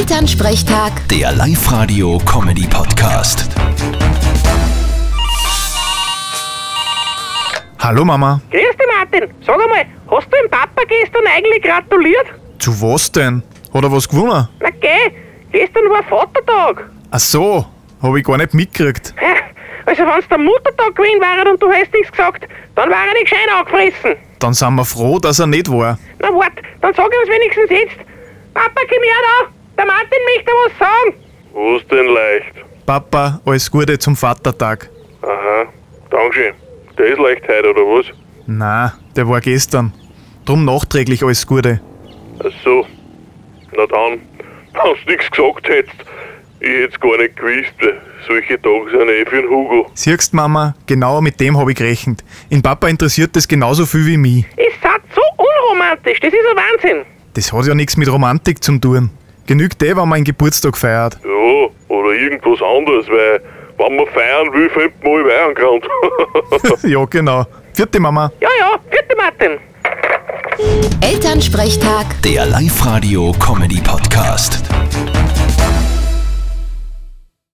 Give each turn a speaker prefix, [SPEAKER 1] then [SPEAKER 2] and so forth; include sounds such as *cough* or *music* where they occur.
[SPEAKER 1] Elternsprechtag,
[SPEAKER 2] Der Live-Radio-Comedy-Podcast.
[SPEAKER 3] Hallo Mama,
[SPEAKER 4] Grüß dich, Martin. Sag einmal, hast du dem Papa gestern eigentlich gratuliert?
[SPEAKER 3] zu was denn? Hat er was gewonnen?
[SPEAKER 4] Na geh, gestern war Vatertag.
[SPEAKER 3] Ach so, habe ich gar nicht mitgekriegt.
[SPEAKER 4] Hä? Also wenn's der Muttertag gewesen wäre und du hättest nichts gesagt, dann wäre er nicht gescheit angefressen.
[SPEAKER 3] Dann sind wir froh, dass er nicht war.
[SPEAKER 4] Na wart, dann sag ich uns wenigstens jetzt. Papa, komm her da, der Martin möchte was sagen.
[SPEAKER 5] Was denn leicht?
[SPEAKER 3] Papa, alles Gute zum Vatertag.
[SPEAKER 5] Aha, Dankeschön. Der ist leicht heute, oder was?
[SPEAKER 3] Na, der war gestern. Drum nachträglich alles Gute.
[SPEAKER 5] Ach so. Na dann, *laughs* wenn's nix gesagt hättest, ich hätt's gar nicht gewusst. weil Solche Tage sind eh für den Hugo.
[SPEAKER 3] Siehst Mama, genau mit dem habe ich gerechnet. In Papa interessiert das genauso viel wie mich.
[SPEAKER 4] Ist seid so unromantisch, das ist ein Wahnsinn.
[SPEAKER 3] Das hat ja nichts mit Romantik zu tun. Genügt eh, wenn man einen Geburtstag feiert. *laughs*
[SPEAKER 5] Ja, oder irgendwas anderes, weil wenn man feiern will, findet man alle *laughs* Weihengrund.
[SPEAKER 3] ja, genau. Vierte Mama.
[SPEAKER 4] Ja, ja, bitte Martin.
[SPEAKER 1] Elternsprechtag.
[SPEAKER 2] Der Live-Radio-Comedy-Podcast.